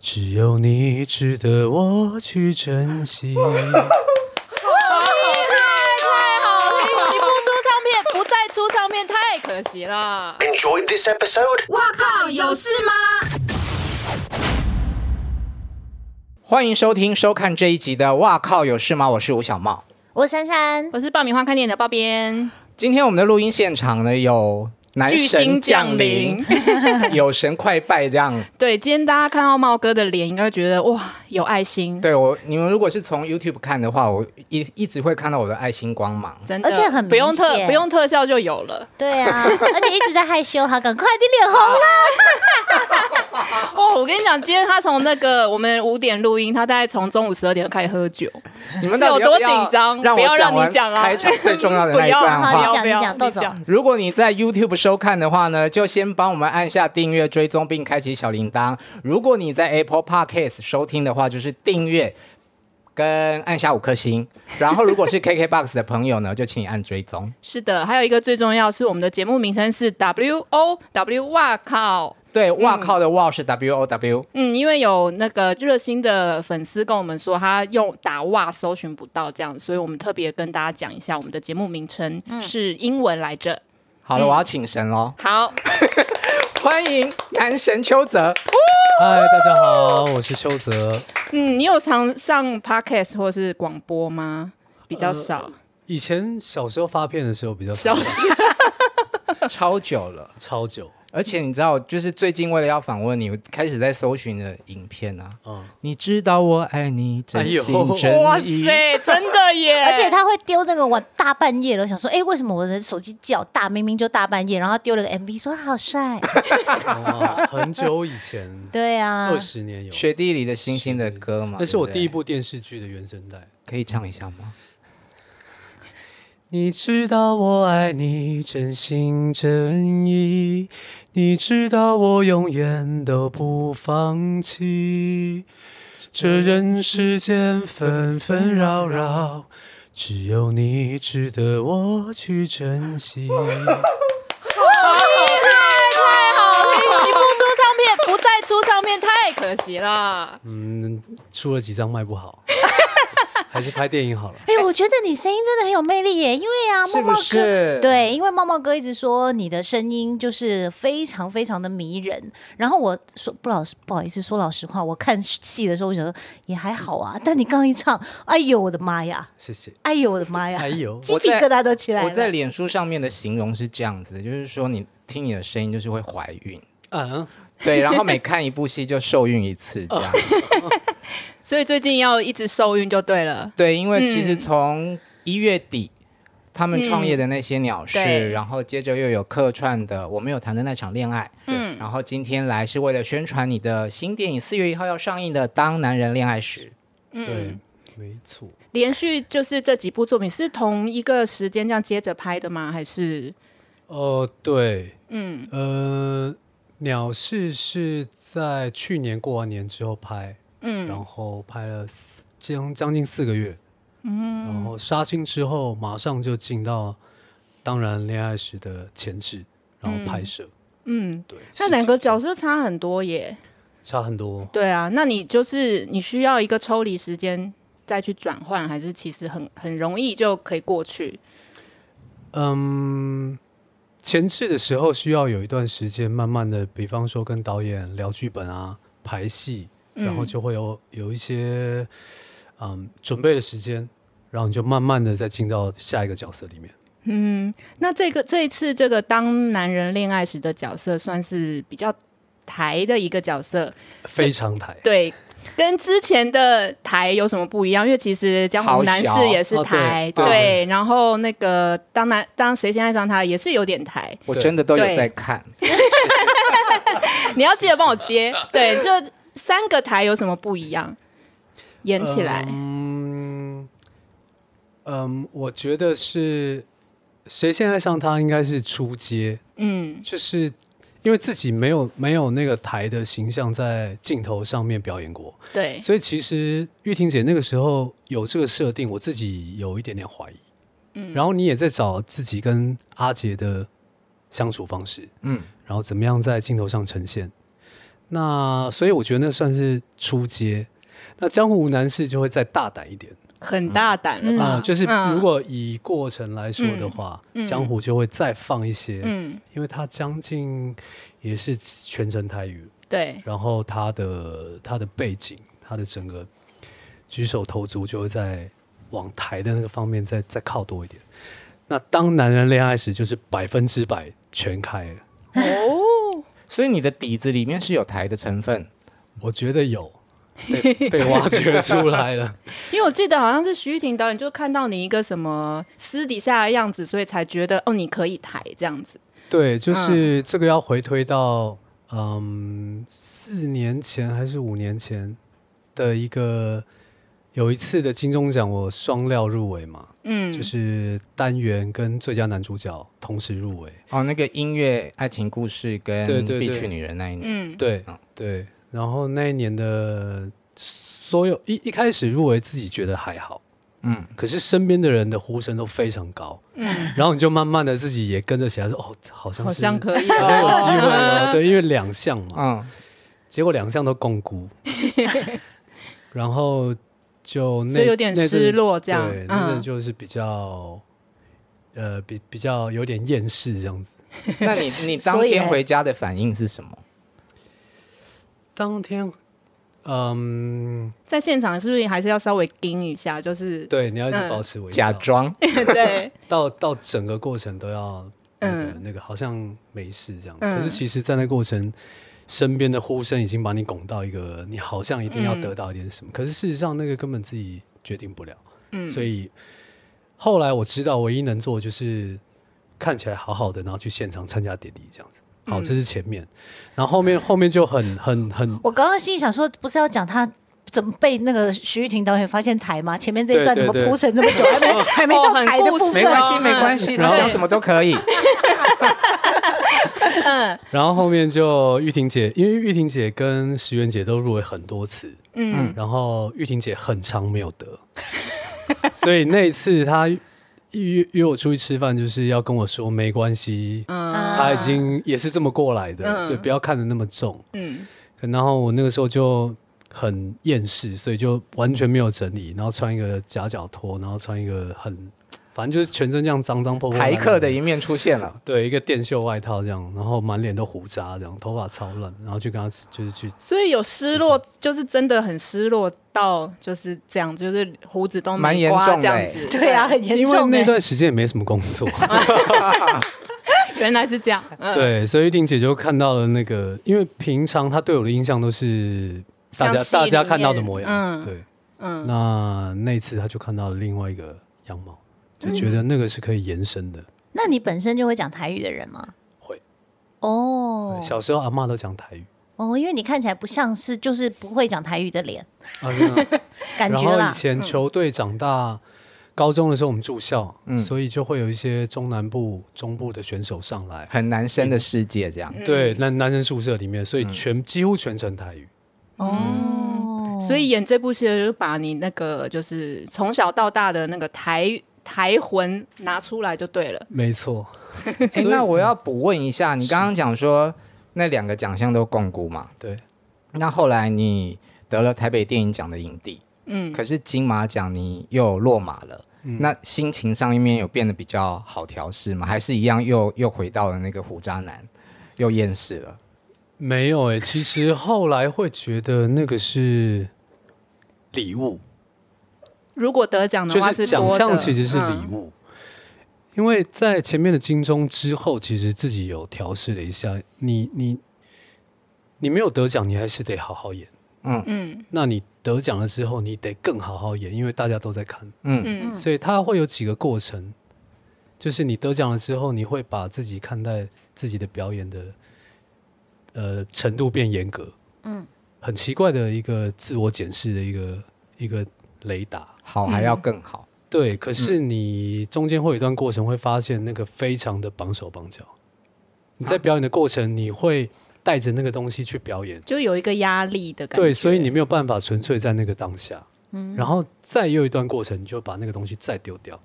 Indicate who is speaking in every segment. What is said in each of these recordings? Speaker 1: 只有你值得我去珍惜。
Speaker 2: 你不出唱片，不再出唱片，太可惜了。
Speaker 3: Enjoyed this episode?
Speaker 4: 哇靠，有事吗？
Speaker 5: 欢迎收听、收看这一集的《哇靠有事吗》，我是吴小茂。
Speaker 6: 我珊珊，
Speaker 2: 我是爆米花看电影的爆边，
Speaker 5: 今天我们的录音现场呢有男
Speaker 2: 巨
Speaker 5: 神
Speaker 2: 星
Speaker 5: 降
Speaker 2: 降
Speaker 5: 临
Speaker 2: 临，
Speaker 5: 有神快拜这样。
Speaker 2: 对，今天大家看到茂哥的脸，应该会觉得哇，有爱心，
Speaker 5: 对我，你们如果是从 YouTube 看的话，我一一直会看到我的爱心光芒。
Speaker 2: 真的，
Speaker 6: 而且很
Speaker 2: 不用
Speaker 6: 明
Speaker 2: 特
Speaker 6: 显
Speaker 2: 不用特效就有了。
Speaker 6: 对啊，而且一直在害羞，哈，赶快你脸红了。
Speaker 2: 哦，我跟你讲，今天他从那个我们五点录音，他大概从中午十二点就开始喝酒，
Speaker 5: 你们到底
Speaker 2: 有多
Speaker 5: 要不要
Speaker 2: 紧张
Speaker 5: 让
Speaker 2: 不
Speaker 5: 我
Speaker 2: 要让
Speaker 5: 完
Speaker 2: 你讲啊
Speaker 5: 开场最重要的那一段
Speaker 6: 好你。
Speaker 5: 话
Speaker 6: 讲
Speaker 2: 不要
Speaker 6: 你讲豆总
Speaker 5: 如果你在 YouTube 收看的话呢，就先帮我们按下订阅、追踪并开启小铃铛。如果你在 Apple Podcast 收听的话，就是订阅跟按下五颗星。然后，如果是 KKBox 的朋友呢，就请你按追踪。
Speaker 2: 是的，还有一个最重要是我们的节目名称是 W O W，哇靠！
Speaker 5: 对，哇靠的哇是 W O W，
Speaker 2: 嗯，因为有那个热心的粉丝跟我们说，他用打哇搜寻不到这样，所以我们特别跟大家讲一下，我们的节目名称是英文来着。
Speaker 5: 好了，我要请神喽！
Speaker 2: 好，
Speaker 5: 欢迎男神邱泽，
Speaker 1: 嗨，大家好，我是邱泽。
Speaker 2: 嗯，你有常上 podcast 或是广播吗？比较少，
Speaker 1: 以前小时候发片的时候比较
Speaker 2: 小
Speaker 1: 少，
Speaker 2: 时
Speaker 5: 超久了。
Speaker 1: 超久。
Speaker 5: 而且你知道，就是最近为了要访问你，我开始在搜寻的影片啊。
Speaker 1: 嗯
Speaker 5: 你知道我爱你，真心
Speaker 1: 哎呦
Speaker 5: 真意。
Speaker 2: 哇塞，真的耶！
Speaker 6: 而且他会丢那个我大半夜了，我想说，哎，为什么我的手机叫大，明明就大半夜，然后丢了个 MV 说好帅。，
Speaker 1: 哇哦很久以前
Speaker 6: 对啊
Speaker 1: 二，十年有。
Speaker 5: 雪地里的星星的歌嘛，
Speaker 1: 那是我
Speaker 5: 对不对
Speaker 1: 第一，部电视剧的原声带。
Speaker 5: 可以唱一下吗？
Speaker 1: 你知道我爱你，真心真意。你知道我永远都不放弃。这人世间纷纷扰扰，只有你值得我去珍惜。
Speaker 2: 好听，你不出唱片，不再出唱片，太可惜了。
Speaker 1: 嗯，出了几张卖不好，还是拍电影好了。
Speaker 6: 哎，我觉得你声音真的很有魅力耶，因为啊，
Speaker 5: 是
Speaker 6: 茂
Speaker 5: 不
Speaker 6: 茂哥。
Speaker 5: 是？，
Speaker 6: 对，因为茂茂哥一直说你的声音就是非常非常的迷人，然后我说不老实不好意思说老实话，我看戏的时候我想说也还好啊，但你刚一唱，哎呦我的妈呀，
Speaker 1: 谢谢。
Speaker 6: 哎呦我的妈呀，
Speaker 1: 哎呦，
Speaker 6: 鸡皮疙瘩都起来了。
Speaker 5: 我在脸书上面的形容是这样子的，就是说你听你的声音就是会怀孕，
Speaker 1: 嗯，
Speaker 5: 对，然后每看一部戏就受孕一次这样。
Speaker 2: 所以最近要一直受孕就对了。
Speaker 5: 对，因为其实从一月底。他们创业的那些鸟事，
Speaker 2: 嗯对
Speaker 5: 然后接着又有客串的《我没有谈的那场恋爱》，嗯，然后今天来是为了宣传你的新电影，四月一号要上映的《当男人恋爱时
Speaker 1: 对，没错。
Speaker 2: 连续就是这几部作品是同一个时间这样接着拍的吗？还是
Speaker 1: 哦，对，
Speaker 2: 嗯
Speaker 1: 呃，鸟事是在去年过完年之后拍，
Speaker 2: 嗯
Speaker 1: 然后拍了四将将近四个月，嗯，然后杀青之后马上就进到当然恋爱时的前置，然后拍摄，
Speaker 2: 嗯，
Speaker 1: 对，
Speaker 2: 那
Speaker 1: 是
Speaker 2: 两个
Speaker 1: 这样
Speaker 2: 角色差很多耶。
Speaker 1: 差很多，
Speaker 2: 对啊，那你就是你需要一个抽离时间再去转换，还是其实很很容易就可以过去？
Speaker 1: 嗯。前置的时候需要有一段时间，慢慢的，比方说跟导演聊剧本啊、排戏，然后就会有有一些嗯准备的时间，然后你就慢慢的再进到下一个角色里面。
Speaker 2: 那这个这一次这个当男人恋爱时的角色算是比较台的一个角色，
Speaker 1: 非常台，
Speaker 2: 对。跟之前的台有什么不一样？因为其实《江湖男士
Speaker 5: 好小》
Speaker 2: 也是
Speaker 1: 哦对
Speaker 2: 台，
Speaker 1: 对
Speaker 2: 对，然后那个当男当谁先爱上他也是有 点台，》，
Speaker 5: 我
Speaker 1: 对
Speaker 5: 真的都有
Speaker 2: 对
Speaker 5: 在看。
Speaker 2: 你要记得帮我接。对，就三个台有什么不一样？演起来，
Speaker 1: 嗯嗯，我觉得是谁先爱上他应该是出街，
Speaker 2: 嗯
Speaker 1: 就是因为自己没有没有那个台的形象在镜头上面表演过，
Speaker 2: 对，
Speaker 1: 所以其实玉婷姐那个时候有这个设定，我自己有一点点怀疑。嗯，然后你也在找自己跟阿杰的相处方式，
Speaker 5: 嗯，
Speaker 1: 然后怎么样在镜头上呈现。那所以我觉得那算是初阶。那江湖无难事就会再大胆一点
Speaker 2: 很大胆了
Speaker 1: 啊、
Speaker 2: 吧？
Speaker 1: 就是
Speaker 2: 嗯
Speaker 1: 如果以过程来说的话，江湖就会再放一些，
Speaker 2: 嗯，
Speaker 1: 因为它将近也是全程台语，
Speaker 2: 对，
Speaker 1: 然后它的它的背景，它的整个举手投足就会在往台的那个方面再再靠多一点。那当男人恋爱时，就是百分之百全开了，
Speaker 2: 哦，
Speaker 5: 所以你的底子里面是有台的成分，
Speaker 1: 我觉得有被被挖掘出来了。
Speaker 2: 因为我记得好像是徐玉婷导演就看到你一个什么私底下的样子，所以才觉得哦，你可以抬这样子。
Speaker 1: 对，
Speaker 2: 嗯
Speaker 1: 就是这个要回推到嗯四年前还是五年前的一个有一次的金钟奖，我双料入围嘛，
Speaker 2: 嗯，
Speaker 1: 就是单元跟最佳男主角同时入围。
Speaker 2: 嗯
Speaker 5: 哦，那个音乐爱情故事跟
Speaker 1: 对对对
Speaker 5: 必去女人那一年，
Speaker 2: 嗯，
Speaker 1: 对
Speaker 5: 嗯
Speaker 1: 对，然后那一年的所有一一开始入围，自己觉得还好，
Speaker 5: 嗯，
Speaker 1: 可是身边的人的呼声都非常高，嗯， 然后你就慢慢的自己也跟着起来说，哦，好像
Speaker 2: 好
Speaker 1: 是
Speaker 2: 像可以
Speaker 1: 好像有机会
Speaker 2: 哦。
Speaker 1: 哦，对，因为两项嘛，
Speaker 5: 嗯，
Speaker 1: 结果两项都共 估，然后就那
Speaker 2: 所以有点
Speaker 1: 那阵
Speaker 2: 失落这样
Speaker 1: 对，那阵
Speaker 2: 嗯
Speaker 1: 就是比较。呃，比比较有点厌世这样子。
Speaker 5: 那 你你当
Speaker 6: 所以
Speaker 5: 天
Speaker 6: 嘞
Speaker 5: 回家的反应是什么？
Speaker 1: 当天，嗯，
Speaker 2: 在现场是不是还是要稍微盯一下？就是
Speaker 1: 对，你要一直
Speaker 2: 嗯
Speaker 1: 保持微笑。
Speaker 5: 假装
Speaker 2: 对，
Speaker 1: 到到整个过程都要那个、
Speaker 2: 嗯
Speaker 1: 那个，好像没事这样。
Speaker 2: 嗯
Speaker 1: 可是其实，在那过程，身边的呼声已经把你拱到一个，你好像一定
Speaker 2: 嗯
Speaker 1: 要得到一点什么。可是事实上，那个根本自己决定不了。
Speaker 2: 嗯
Speaker 1: 所以后来我知道，唯一能做的就是看起来好好的，然后去现场参加典礼这样子。好，
Speaker 2: 嗯
Speaker 1: 这是前面，然后后面后面就很很很
Speaker 6: 我刚刚心里想说，不是要讲他。怎么被那个徐玉婷导演发现台吗？前面这一段
Speaker 1: 对对
Speaker 6: 怎么
Speaker 1: 对哦
Speaker 6: 铺陈这么久，还没还没到
Speaker 2: 很
Speaker 6: 台的
Speaker 2: 故
Speaker 6: 部
Speaker 2: 事
Speaker 6: 分？
Speaker 5: 没
Speaker 1: 啊
Speaker 5: 关系，
Speaker 2: 嗯
Speaker 5: 没关系，
Speaker 1: 然
Speaker 5: 他
Speaker 1: 后
Speaker 5: 讲什么都可 以。
Speaker 1: 然后后面就玉婷姐，因为玉婷姐跟石原姐都入围很多次，
Speaker 2: 嗯
Speaker 1: 嗯，然后玉婷姐很长没有得， 所以那一次她约约我出去吃饭，就是要跟我说没关系，
Speaker 2: 嗯
Speaker 6: 啊
Speaker 1: 她已经也是这么过来的，
Speaker 2: 嗯
Speaker 1: 所以不要看得那么重。
Speaker 2: 嗯，
Speaker 1: 然后我那个时候就很厌世，所以就完全没有整理，然后穿一个夹脚拖，然后穿一个很，反正就是全身这样脏脏破破烂
Speaker 5: 台
Speaker 1: 烂，
Speaker 5: 客的一面出现了，
Speaker 1: 对，一个电袖外套这样，然后满脸都胡渣这样，头发超乱，然后去跟他吃就是去，
Speaker 2: 所以有失落，就是真的很失落到就是这样，就是胡子都
Speaker 5: 蛮
Speaker 2: 没
Speaker 5: 严
Speaker 2: 刮
Speaker 5: 重的
Speaker 2: 这样
Speaker 5: 欸
Speaker 2: 子。
Speaker 6: 对啊，，很严
Speaker 1: 因为
Speaker 6: 重、
Speaker 1: 那
Speaker 6: 欸。
Speaker 1: 段时间也没什么工 作，
Speaker 2: 原来是这样。嗯，
Speaker 1: 对，所以玉婷姐就看到了那个，因为平常她对我的印象都是大家
Speaker 2: 像戏
Speaker 1: 大家
Speaker 2: 里
Speaker 1: 看到的
Speaker 2: 面
Speaker 1: 模样，
Speaker 2: 嗯
Speaker 1: 对，
Speaker 2: 嗯
Speaker 1: 那那次她就看到了另外一个样貌，就
Speaker 6: 嗯
Speaker 1: 觉得那个是可以延伸的。
Speaker 6: 那你本身就会讲台语的人吗？
Speaker 1: 会，
Speaker 6: 哦
Speaker 1: 对，小时候阿嬷都讲台 语
Speaker 6: 哦，因为你看起来不像是就是不会讲台语的脸，
Speaker 1: 啊，真的
Speaker 6: 感
Speaker 1: 然
Speaker 6: 觉
Speaker 1: 后以
Speaker 6: 啦。嗯
Speaker 1: 前球队长大，高中的时候我们住校，
Speaker 5: 嗯
Speaker 1: 所以就会有一些中南部、中部的选手上 来，
Speaker 5: 很男生的世界
Speaker 2: 嗯
Speaker 5: 这样。
Speaker 1: 对，男男生宿舍里面，所以全、几乎全程台语。
Speaker 6: 哦，
Speaker 2: 所以演这部戏的就是把你那个就是从小到大的那个台台魂拿出来就对了。
Speaker 1: 没错，
Speaker 5: 哎，那我要补问一下，你刚刚讲说那两个奖项都共估嘛？
Speaker 1: 对，
Speaker 5: 那后来你得了台北电影奖的影帝，
Speaker 2: 嗯，
Speaker 5: 可是金马奖你又落马了，那心情上面有变得比较好调试吗？还是一样又又回到了那个胡渣男，又厌世了？
Speaker 1: 没有诶、其实后来会觉得那个是礼物，
Speaker 2: 如果得奖的
Speaker 1: 就
Speaker 2: 话
Speaker 1: 是奖
Speaker 2: 多
Speaker 1: 项
Speaker 2: 的，嗯
Speaker 1: 其实是礼物。因为在前面的金钟之后，其实自己有调试了一下，你你你没有得奖，你还是得好好演。
Speaker 2: 嗯
Speaker 1: 那你得奖了之后，你得更好好演，因为大家都在看，
Speaker 5: 嗯，
Speaker 2: 嗯
Speaker 1: 所以它会有几个过程，就是你得奖了之后，你会把自己看待自己的表演的呃程度变严格，嗯，很奇怪的一个自我检视的一个一个雷达，
Speaker 5: 好还要更好。
Speaker 1: 对。可是你中间会有一段过程，会发现那个非常的绑手绑脚，你在表演的过程，你会带着那个东西去表演。
Speaker 2: 就有一个压力的感觉。嗯
Speaker 1: 对，所以你没有办法纯粹在那个当下，然后再又一段过程，你就把那个东西再丢掉，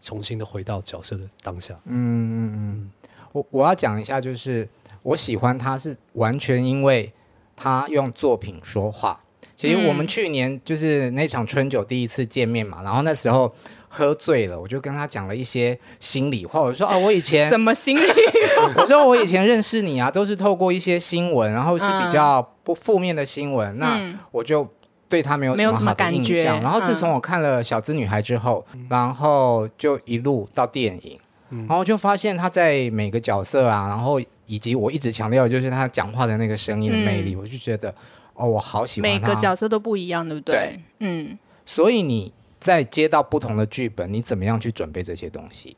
Speaker 1: 重新的回到角色的当下。
Speaker 5: 嗯嗯嗯，我我要讲一下，就是我喜欢他是完全因为他用作品说话。其实我们去年就是那场春酒第一次见面嘛，然后那时候喝醉了，我就跟他讲了一些心里话。我说啊，我以前
Speaker 2: 什么心理？
Speaker 5: 我说我以前认识你啊，都是透过一些新闻，然后是比较
Speaker 2: 嗯
Speaker 5: 不负面的新闻，那我就对他没有
Speaker 2: 没有
Speaker 5: 什么
Speaker 2: 什么
Speaker 5: 好的
Speaker 2: 感
Speaker 5: 印
Speaker 2: 觉
Speaker 5: 象。然后自
Speaker 2: 嗯
Speaker 5: 从我看了《小资女孩》之后，然后就一路到电影，然后就发现他在每个角色啊，然后以及我一直强调的就是他讲话的那个声音的魅力，我就觉得哦，我好喜欢
Speaker 2: 嗯每
Speaker 5: 他。
Speaker 2: 个角色都不一样，对不
Speaker 5: 对
Speaker 2: 对？嗯，
Speaker 5: 所以你在接到不同的剧本，你怎么样去准备这些东西？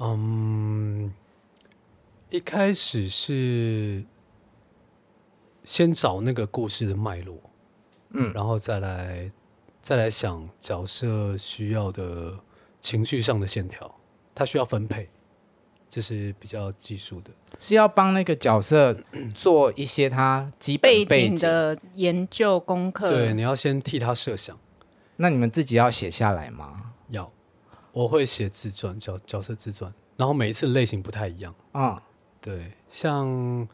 Speaker 1: 嗯，一开始是先找那个故事的脉络，
Speaker 5: 嗯
Speaker 1: 然后再来再来想角色需要的情绪上的线条，它需要分配，这是比较技术的。
Speaker 5: 是要帮那个角色做一些他基本
Speaker 2: 背
Speaker 5: 背
Speaker 2: 景的研究功课，
Speaker 1: 对，你要先替他设想。
Speaker 5: 那你们自己要写下来吗？
Speaker 1: 要，我会写自传，角角色自传，然后每一次类型不太一样。
Speaker 5: 嗯，
Speaker 1: 对，像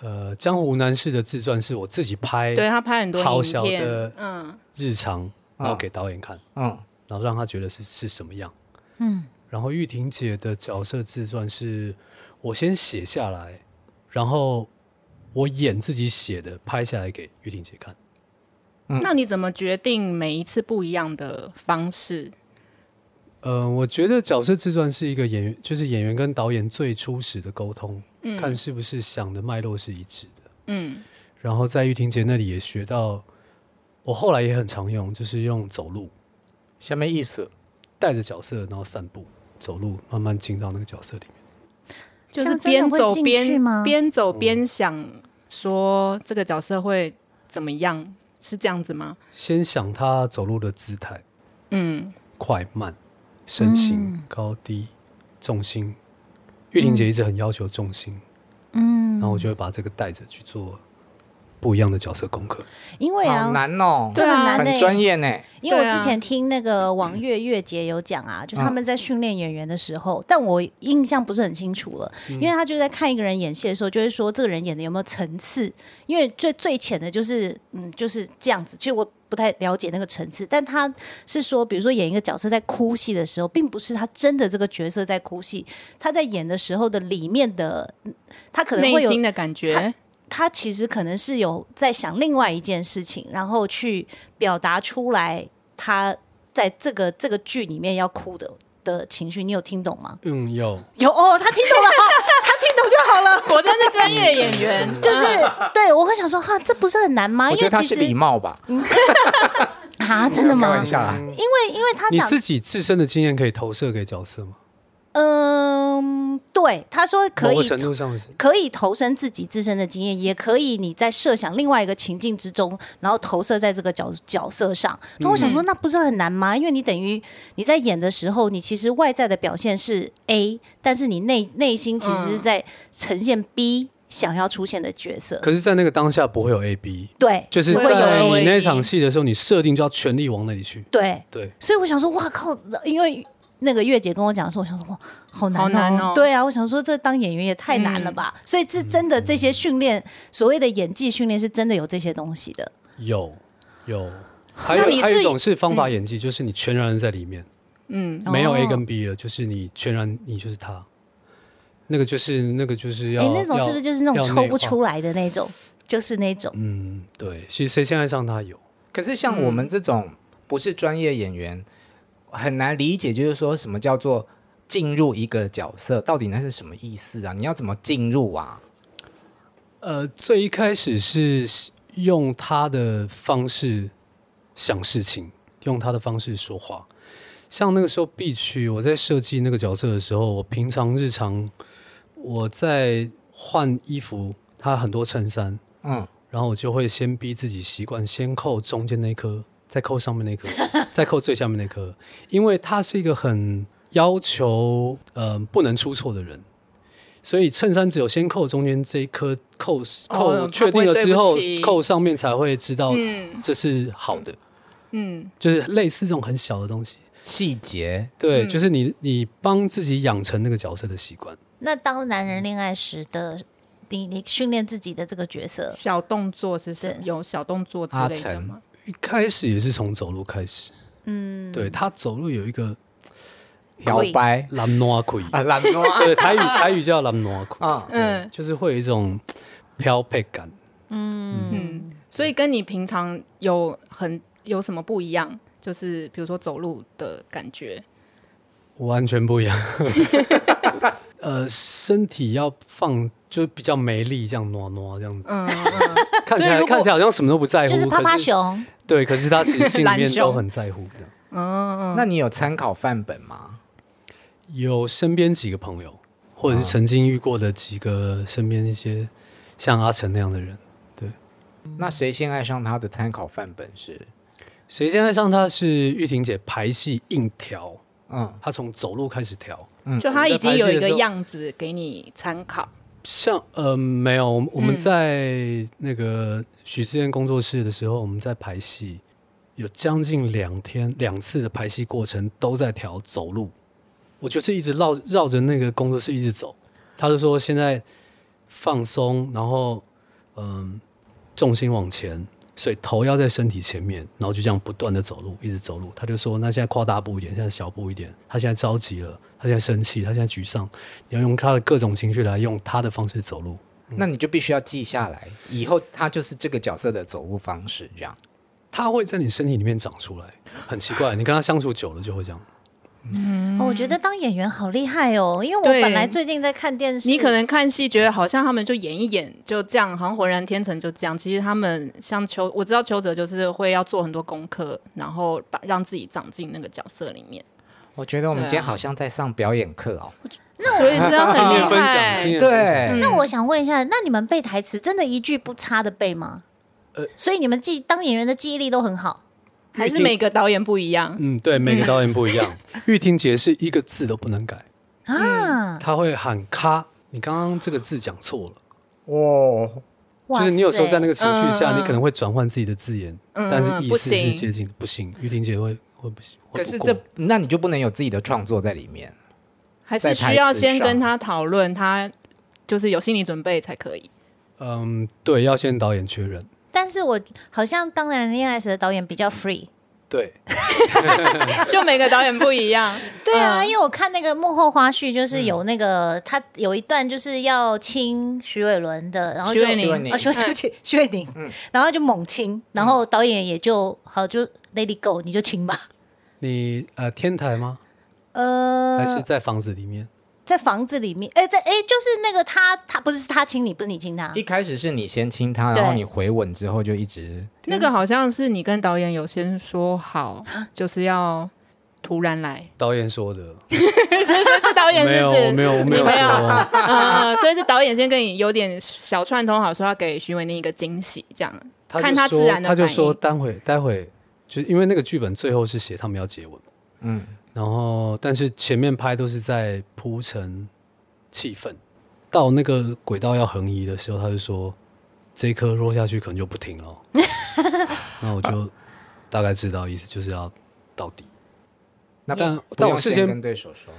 Speaker 1: 呃江湖男士的自传是我自己拍
Speaker 2: 对他拍很多
Speaker 1: 好
Speaker 2: 影
Speaker 1: 小的
Speaker 2: 片，嗯，
Speaker 1: 日常，然后给导演看，
Speaker 5: 嗯，
Speaker 1: 然后让他觉得是是什么样。嗯，然后玉婷姐的角色自传是我先写下来，然后我演自己写的，拍下来给玉婷姐看。嗯
Speaker 2: 那你怎么决定每一次不一样的方式？
Speaker 1: 呃，我觉得角色自传是一个演员，就是演员跟导演最初始的沟通，看是不是想的脉络是一致的。
Speaker 2: 嗯，
Speaker 1: 然后在玉婷姐那里也学到，我后来也很常用，就是用走路
Speaker 5: 下面意思
Speaker 1: 带着角色，然后散步走路，慢慢进到那个角色里面。
Speaker 2: 就
Speaker 6: 这
Speaker 2: 是边
Speaker 6: 样真的会
Speaker 2: 走
Speaker 6: 进去
Speaker 2: 边
Speaker 6: 吗
Speaker 2: 边走边想说这个角色会怎么样，是这样子吗？
Speaker 1: 先想他走路的姿态，
Speaker 2: 嗯，
Speaker 1: 快慢、身形、高低、重心。玉婷姐一直很要求重心，
Speaker 6: 嗯
Speaker 1: 然后我就会把这个带着去做不一样的角色功课。
Speaker 6: 因为
Speaker 5: 好
Speaker 6: 啊，
Speaker 5: 难哦，
Speaker 6: 这很难的、
Speaker 1: 啊
Speaker 6: 欸
Speaker 5: 很专业呢。
Speaker 6: 因为
Speaker 2: 对
Speaker 6: 我
Speaker 2: 啊
Speaker 6: 之前听那个王月月姐有讲啊，就是他们在训练演员的时候，但我印象不是很清楚了，因为他就在看一个人演戏的时候，就会说这个人演的有没有层次，因为最最浅的就是嗯就是这样子，其实我。不太了解那个层次，但他是说，比如说演一个角色在哭戏的时候，并不是他真的这个角色在哭戏，他在演的时候的里面的，嗯他可能
Speaker 2: 内
Speaker 6: 会有
Speaker 2: 心的感觉，
Speaker 6: 他其实可能是有在想另外一件事情，然后去表达出来他在这个这个剧里面要哭的的情绪，你有听懂吗？
Speaker 1: 嗯，有
Speaker 6: 有哦，他听懂 了，他听懂就好了。
Speaker 2: 果真是专业演员，
Speaker 6: 就是对我会想说，哈，这不是很难吗？
Speaker 5: 我
Speaker 6: 因
Speaker 5: 觉得
Speaker 6: 为
Speaker 5: 他
Speaker 6: 其
Speaker 5: 是礼
Speaker 6: 实
Speaker 5: 貌吧，
Speaker 6: 啊，真的
Speaker 5: 开
Speaker 6: 吗
Speaker 5: 玩？笑啦。
Speaker 6: 因为因为他
Speaker 1: 你
Speaker 6: 讲
Speaker 1: 自己自身的经验可以投射给角色吗？
Speaker 6: 嗯，对，他说可
Speaker 1: 某个
Speaker 6: 以
Speaker 1: 程度上是。
Speaker 6: 可以投身自己自身的经验，也可以你在设想另外一个情境之中，然后投射在这个角角色上。然后我想
Speaker 2: 嗯
Speaker 6: 说，那不是很难吗？因为你等于你在演的时候，你其实外在的表现是 A，但是你内内心其实是在呈现 B 想要出现的角色。
Speaker 1: 可是，在那个当下不会有 A B，
Speaker 6: 对，
Speaker 1: 就是
Speaker 6: 只会有
Speaker 1: 在
Speaker 2: A
Speaker 1: 你
Speaker 2: A
Speaker 1: 那场戏的时候，你设定就要全力往那里去。
Speaker 6: 对，
Speaker 1: 对，
Speaker 6: 所以我想说，哇靠！因为那个月姐跟我讲的时候，我想说，哇，好难、哦，
Speaker 2: 好难哦嗯
Speaker 6: 对啊，我想说，这当演员也太难了吧？所以是真的，这些训练，所谓的演技训练，是真的有这些东西的。
Speaker 1: 有有，还
Speaker 2: 你
Speaker 1: 有
Speaker 2: 是
Speaker 1: 还有一种是方法演技，就是你全然地在里面，
Speaker 2: 嗯，
Speaker 1: 没有
Speaker 6: 嗯哦
Speaker 1: A 跟 B 了，就是你全然你就是他，那个就是那个就是要
Speaker 6: 哎，那种是不是就是那种抽不？
Speaker 1: 要要内
Speaker 6: 出
Speaker 1: 化
Speaker 6: 来的那种？就是那种，
Speaker 1: 嗯，对，其实谁先爱上他有，
Speaker 5: 可是像我们这种不是专业演员，很难理解，就是说什么叫做进入一个角色，到底那是什么意思啊？你要怎么进入啊？
Speaker 1: 呃，最一开始是用他的方式想事情，用他的方式说话。像那个时候 B 区，我在设计那个角色的时候，我平常日常我在换衣服，他很多衬衫，
Speaker 5: 嗯，
Speaker 1: 然后我就会先逼自己习惯，先扣中间那一颗，再扣上面那颗， 再扣最下面那颗，因为他是一个很要求呃不能出错的人，所以衬衫只有先扣中间这一颗，扣扣
Speaker 2: 哦
Speaker 1: 确定了之
Speaker 2: 他
Speaker 1: 后
Speaker 2: 不会对不起，
Speaker 1: 扣上面才会知道
Speaker 2: 嗯
Speaker 1: 这是好的，
Speaker 2: 嗯，
Speaker 1: 就是类似这种很小的东西。
Speaker 5: 细节
Speaker 2: 嗯
Speaker 1: 对，就是你你帮自己养成那个角色的习惯。
Speaker 6: 那当男人恋爱时的你你训练自己的这个角色？
Speaker 2: 小动作是什么？
Speaker 6: 对
Speaker 2: 有小动作之类的吗？
Speaker 1: 一开始也是从走路开始，嗯，对他走路有一个
Speaker 5: 摇摆
Speaker 1: 懒挪腿，
Speaker 5: 啊，懒惰
Speaker 1: 对台语台语叫懒挪腿，
Speaker 5: 啊，
Speaker 1: 嗯，就是会有一种飘配感。
Speaker 2: 嗯，所以跟你平常有很有什么不一样？就是比如说走路的感觉，
Speaker 1: 完全不一样。呃，身体要放，就比较没力，这样挪挪这样子，
Speaker 2: 嗯，
Speaker 1: 看起
Speaker 2: 所以
Speaker 1: 来
Speaker 2: 如果
Speaker 1: 看起来好像什么都不在乎，
Speaker 6: 就是趴趴
Speaker 1: 可是
Speaker 6: 熊，
Speaker 1: 对，可是他其实心里
Speaker 6: 懒
Speaker 1: 面
Speaker 6: 熊
Speaker 1: 都很在乎的。
Speaker 6: 嗯
Speaker 5: 那你有参考范本吗？
Speaker 1: 有身边几个朋友，或者是曾经遇过的几个身边一些像阿成那样的人，
Speaker 5: 那谁先爱上他的参考范本是？
Speaker 1: 谁先爱上他是玉婷姐排戏硬调，
Speaker 5: 嗯，
Speaker 1: 她从走路开始调。
Speaker 2: 就他已经有一个样子给你参考，
Speaker 1: 像呃没有，我们我们在那个许志燕工作室的时候，我们在排戏，有将近两天两次的排戏过程都在调走路，我就是一直绕绕着那个工作室一直走。他就说现在放松，然后嗯、重心往前，所以头要在身体前面，然后就这样不断的走路，一直走路。他就说那现在跨大步一点，现在小步一点。他现在着急了，他现在生气，他现在沮丧。你要用他的各种情绪来用他的方式走路。
Speaker 5: 嗯那你就必须要记下来，以后他就是这个角色的走路方式，这样。
Speaker 1: 他会在你身体里面长出来，很奇怪。你跟他相处久了就会这样。嗯
Speaker 6: 哦我觉得当演员好厉害哦，因为我
Speaker 2: 对
Speaker 6: 本来最近在看电视，
Speaker 2: 你可能看戏觉得好像他们就演一演就这样，好像浑然天成就这样。其实他们像邱，我知道邱泽就是会要做很多功课，然后把让自己长进那个角色里面，
Speaker 5: 我觉得我们
Speaker 2: 对啊
Speaker 5: 今天好像在上表演课哦。
Speaker 2: 所以这样很厉
Speaker 1: 经验分享经
Speaker 2: 害。
Speaker 1: 验分享，
Speaker 5: 哎对，
Speaker 6: 那我想问一下，那你们背台词真的一句不差的背吗？
Speaker 1: 呃
Speaker 6: 所以你们记当演员的记忆力都很好，
Speaker 2: 还是每个导演不一样，
Speaker 1: 嗯，对，每个导演不一 样。玉婷姐是一个字都不能改，
Speaker 6: 啊，
Speaker 1: 她会喊咔。你刚刚这个字讲错了，
Speaker 5: 哇，
Speaker 6: 哇
Speaker 1: 就是你有时候
Speaker 6: 塞
Speaker 1: 在那个情绪下，
Speaker 2: 嗯嗯
Speaker 1: 你可能会转换自己的字眼，
Speaker 2: 嗯
Speaker 1: 但是意思
Speaker 2: 不行
Speaker 1: 是接近，不行。玉婷姐会会不行，会
Speaker 5: 可
Speaker 1: 不
Speaker 5: 是
Speaker 1: 过
Speaker 5: 这那你就不能有自己的创作在里面。
Speaker 2: 还是需要先跟他讨论，他就是有心理准备才可以。
Speaker 1: 嗯，对，要先导演确认。
Speaker 6: 但是我好像《当然恋爱时》的导演比较 free，
Speaker 1: 对，
Speaker 2: 就每个导演不一样，
Speaker 6: 对啊，因为我看那个幕后花絮，就是有那个、他有一段就是要亲徐伟伦的， 然后就
Speaker 2: 徐伟宁
Speaker 5: 宁
Speaker 6: 啊，徐伟对不起徐伟宁，然后就猛亲，然后导演也就好就 Let it go，你就亲吧。
Speaker 1: 你呃天台吗？还是
Speaker 6: 呃，
Speaker 1: 在房子里面？
Speaker 6: 在房子里面，哎、在哎、就是那个他他不是是他亲你，不是你亲他
Speaker 5: 一，开始是你先亲他，
Speaker 6: 对
Speaker 5: 然后你回吻之后就一直
Speaker 2: 那个好像是你跟导演有先说好，就是要突然来，
Speaker 1: 导演说的，
Speaker 2: 是导演
Speaker 1: 没
Speaker 2: 是
Speaker 1: 有，
Speaker 2: 不
Speaker 1: 我
Speaker 2: 是？
Speaker 1: 没有，我没
Speaker 2: 你
Speaker 1: 有
Speaker 2: 没有
Speaker 1: 说。
Speaker 2: 呃，所以是导演先跟你有点小串通好，说要给徐伟宁一个惊喜，这样
Speaker 1: 他
Speaker 2: 看
Speaker 1: 就
Speaker 2: 他自
Speaker 1: 说
Speaker 2: 然的
Speaker 1: 他就
Speaker 2: 反
Speaker 1: 说
Speaker 2: 应
Speaker 1: 待会待会，就是因为那个剧本最后是写他们要接吻，
Speaker 5: 嗯，
Speaker 1: 然后但是前面拍都是在铺陈气氛，到那个轨道要横移的时候，他就说这一颗落下去可能就不停了 哦，那我就大概知道意思就是要到底。
Speaker 5: 那
Speaker 1: 但
Speaker 5: 不
Speaker 1: 但我
Speaker 5: 用
Speaker 1: 事
Speaker 5: 先
Speaker 1: 先
Speaker 5: 跟对手说，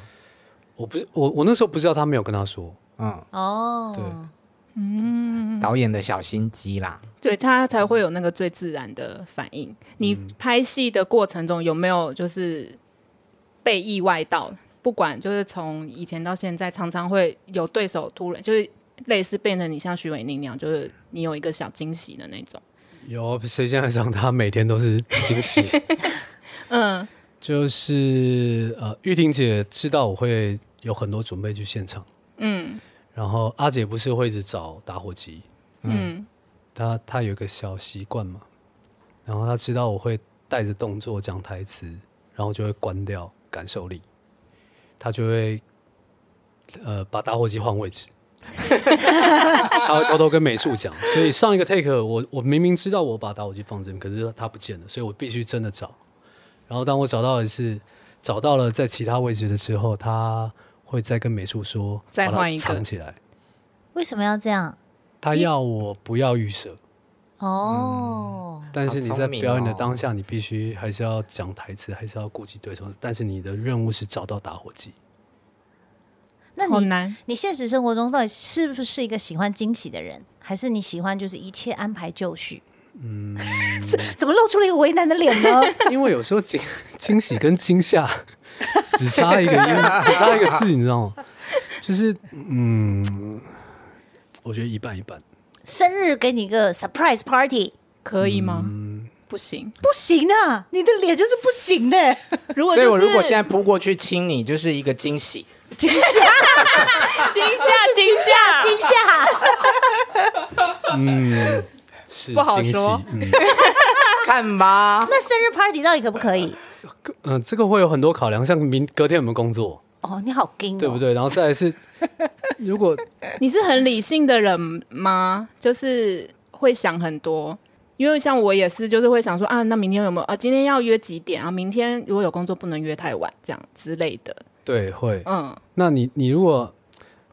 Speaker 1: 我不是我我那时候不知道他没有跟他说，
Speaker 5: 嗯，
Speaker 6: 哦，
Speaker 1: 对
Speaker 5: 导演的小心机啦。
Speaker 2: 对他才会有那个最自然的反
Speaker 1: 嗯
Speaker 2: 应。你拍戏的过程中有没有就是被意外到？不管就是从以前到现在，常常会有对手突然就是类似变成你像徐伟宁那样，就是你有一个小惊喜的那种。
Speaker 1: 有谁先爱上他，每天都是惊喜。
Speaker 2: 嗯，
Speaker 1: 就是呃，玉婷姐知道我会有很多准备去现场，
Speaker 2: 嗯
Speaker 1: 然后阿姐不是会一直找打火机，
Speaker 2: 嗯，
Speaker 1: 她她有一个小习惯嘛，然后她知道我会带着动作讲台词，然后就会关掉感受力，她就会呃把打火机换位置， 她会偷偷跟美术讲，所以上一个 take 我我明明知道我把打火机放这边，可是它不见了，所以我必须真的找，然后当我找到一次，找到了在其他位置的时候，她会再跟美术说
Speaker 2: 再
Speaker 1: 把它
Speaker 2: 换一个
Speaker 1: 藏起来。
Speaker 6: 为什么要这样？
Speaker 1: 他要我不要预设，
Speaker 6: 哦，
Speaker 1: 但是你
Speaker 5: 好
Speaker 1: 在
Speaker 5: 聪明哦
Speaker 1: 表演的当下，你必须还是要讲台词，还是要顾及对手。但是你的任务是找到打火机。
Speaker 6: 那
Speaker 2: 好
Speaker 6: 你
Speaker 2: 难。
Speaker 6: 你现实生活中到底是不是一个喜欢惊喜的人，还是你喜欢就是一切安排就绪？嗯，怎怎么露出了一个为难的脸 呢？
Speaker 1: 因为有时候惊 惊喜跟惊吓只差一个音，只差一个字，你知道吗？就是嗯，我觉得一半一半。
Speaker 6: 生日给你一个 surprise party，
Speaker 2: 可以吗？
Speaker 1: 嗯
Speaker 2: 不行。
Speaker 6: 不行啊！你的脸就是不行的、
Speaker 2: 如果
Speaker 5: 所以我
Speaker 2: 就是
Speaker 5: 如果现在扑过去亲你，就是一个惊喜。
Speaker 6: 惊吓，
Speaker 2: 惊吓惊吓
Speaker 6: 惊吓！
Speaker 1: 嗯，是
Speaker 2: 不好
Speaker 1: 惊喜
Speaker 2: 说
Speaker 1: 嗯，
Speaker 5: 看吧，
Speaker 6: 那生日 party 到底可不可以？
Speaker 1: 呃，这个会有很多考量，像明隔天有没有工作，
Speaker 6: 哦，你好惊、哦，
Speaker 1: 对不？对？然后再来是，如果
Speaker 2: 你是很理性的人吗？就是会想很多，因为像我也是，就是会想说啊，那明天有没有啊？今天要约几点啊？明天如果有工作，不能约太晚，这样之类的。
Speaker 1: 对会，
Speaker 2: 嗯，
Speaker 1: 那你你如果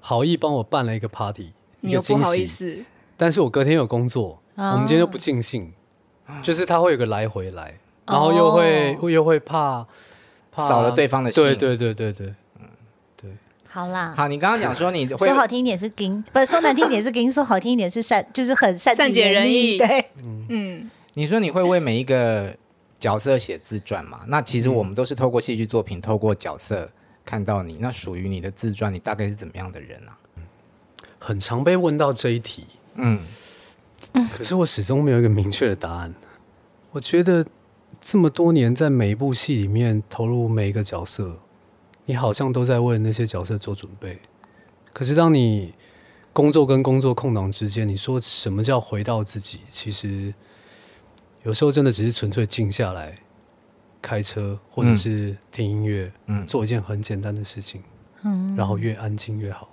Speaker 1: 好意帮我办了一个 party，
Speaker 2: 你
Speaker 1: 一个
Speaker 2: 又不好
Speaker 1: 惊喜
Speaker 2: 意，思，
Speaker 1: 但是我隔天有工作，
Speaker 6: 啊
Speaker 1: 我们今天就不尽兴，就是他会有个来回来，然后又会、
Speaker 6: 哦
Speaker 1: 又会怕怕
Speaker 5: 扫了对方的兴
Speaker 1: 对对对对对，
Speaker 6: 好啦，
Speaker 5: 好，你刚刚讲说你会
Speaker 6: 说好听一点是惊， 不是说难听一点是惊，说 好听一点是善， 就是很善
Speaker 2: 善解人
Speaker 6: 意。
Speaker 2: 意
Speaker 6: 对，
Speaker 2: 嗯，
Speaker 5: 你说你会为每一个角色写自传嘛？那其实
Speaker 6: 嗯
Speaker 5: 我们都是透过戏剧作品，透过角色看到你。那属于你的自传，你大概是怎么样的人啊？
Speaker 1: 很常被问到这一题，
Speaker 5: 嗯，
Speaker 1: 可是我始终没有一个明确的答案。我觉得这么多年在每一部戏里面投入每一个角色，你好像都在为那些角色做准备。可是当你工作跟工作空档之间，你说什么叫回到自己？其实有时候真的只是纯粹静下来，开车或者是听音乐，
Speaker 5: 嗯
Speaker 1: 做一件很简单的事情，嗯，然后越安静越好。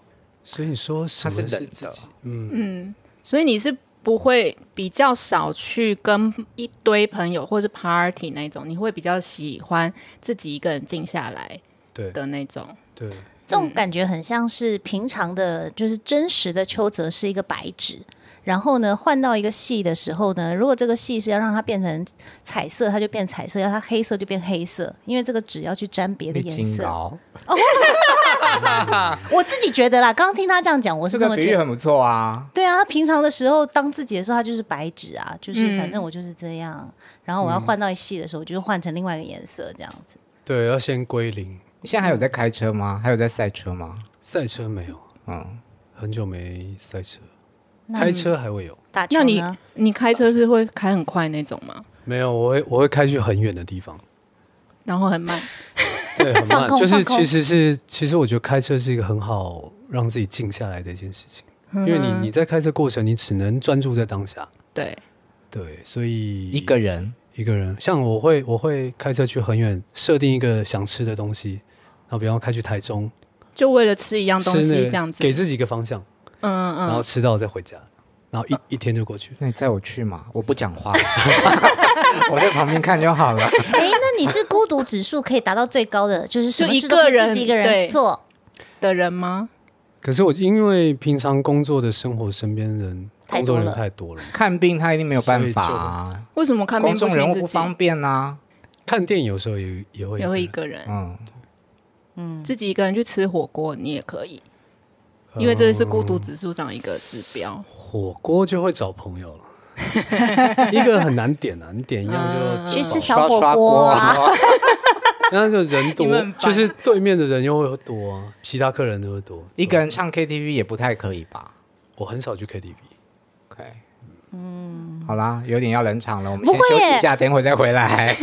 Speaker 1: 所以你说什
Speaker 5: 它
Speaker 1: 么
Speaker 5: 是冷
Speaker 1: 自
Speaker 5: 的
Speaker 1: 己？嗯，
Speaker 2: 所以你是不会比较少去跟一堆朋友或是 party 那种，你会比较喜欢自己一个人静下来
Speaker 1: 对
Speaker 2: 的那种。
Speaker 1: 对，
Speaker 6: 这种感觉很像是平常的，就是真实的邱泽是一个白纸。然后呢，换到一个戏的时候呢，如果这个戏是要让它变成彩色，它就变彩色；要它黑色就变黑色，因为这个纸要去沾别的
Speaker 5: 你
Speaker 6: 颜
Speaker 5: 金
Speaker 6: 色。
Speaker 5: 高，
Speaker 6: 我自己觉得啦，刚刚听他这样讲，我
Speaker 5: 这
Speaker 6: 是这
Speaker 5: 个
Speaker 6: 么
Speaker 5: 比
Speaker 6: 觉
Speaker 5: 喻
Speaker 6: 得。
Speaker 5: 很不错啊。
Speaker 6: 对啊，他平常的时候当自己的时候，他就是白纸啊，就是
Speaker 2: 嗯
Speaker 6: 反正我就是这样。然后我要换到戏的时候，我就换成另外一个颜色这样子。
Speaker 1: 对，要先归零。
Speaker 5: 你现在还有在开车
Speaker 6: 嗯
Speaker 5: 吗？还有在赛车吗？
Speaker 1: 赛车没有，
Speaker 5: 嗯，
Speaker 1: 很久没赛车，
Speaker 6: 那
Speaker 1: 开车还会有。
Speaker 6: 打球
Speaker 2: 那你
Speaker 6: 呢？
Speaker 2: 你开车是会开很快那种吗？
Speaker 1: 没有，我会我会开去很远的地方，
Speaker 2: 然后很慢，
Speaker 1: 对，很
Speaker 6: 放
Speaker 1: 慢。
Speaker 6: 空
Speaker 1: 就是
Speaker 6: 放空
Speaker 1: 其实是其实我觉得开车是一个很好让自己静下来的一件事情，
Speaker 2: 嗯
Speaker 1: 因为你你在开车过程，你只能专注在当下。
Speaker 2: 对，
Speaker 1: 对，所以
Speaker 5: 一个人
Speaker 1: 一个人，像我会我会开车去很远，设定一个想吃的东西，然后比方开去台中，
Speaker 2: 就为了吃一样东
Speaker 1: 吃那
Speaker 2: 西
Speaker 1: 个
Speaker 2: 这样子，
Speaker 1: 给自己一个方向，
Speaker 2: 嗯嗯
Speaker 1: 然后
Speaker 2: 嗯，
Speaker 1: 吃到再回家，然后一、一天就过去了。
Speaker 5: 那你载我去嘛？我不讲 话， 我在旁边看就好了。
Speaker 6: 哎，那你是孤独指数可以达到最高的，就是什么
Speaker 2: 就一
Speaker 6: 事都可以
Speaker 2: 个人
Speaker 6: 自己一个人
Speaker 2: 对
Speaker 6: 做。
Speaker 2: 的人吗？
Speaker 1: 可是我因为平常工作的生活，身边人
Speaker 6: 太
Speaker 1: 工
Speaker 6: 多
Speaker 1: 作
Speaker 6: 了
Speaker 1: 人太多了，
Speaker 5: 看病他一定没有办法啊，
Speaker 2: 为什么看病
Speaker 5: 公
Speaker 2: 不
Speaker 5: 众人
Speaker 2: 行
Speaker 5: 物
Speaker 2: 自
Speaker 5: 不
Speaker 2: 己？
Speaker 5: 方便啊。
Speaker 1: 看电影有时候也也会
Speaker 2: 也会一个人，
Speaker 5: 嗯，
Speaker 2: 自己一个人去吃火锅，你也可以，
Speaker 1: 呃
Speaker 2: 因为这是孤独指数上一个指标。
Speaker 1: 火锅就会找朋 友了，一个人很难点啊，你点一样
Speaker 2: 嗯
Speaker 1: 就
Speaker 6: 去吃
Speaker 1: 就
Speaker 6: 小火锅啊，
Speaker 1: 那就人
Speaker 2: 你
Speaker 1: 多
Speaker 2: 们很，
Speaker 1: 就
Speaker 2: 烦
Speaker 1: 是对面的人又会多啊，其他客人都会多。
Speaker 5: 一个人唱 KTV 也不太可以吧
Speaker 1: 我很少去 KTV，
Speaker 5: ？OK，嗯，好啦，有点要冷场了，我们
Speaker 6: 不
Speaker 5: 先
Speaker 6: 会
Speaker 5: 休息
Speaker 6: 耶
Speaker 5: 一下，等会再回来。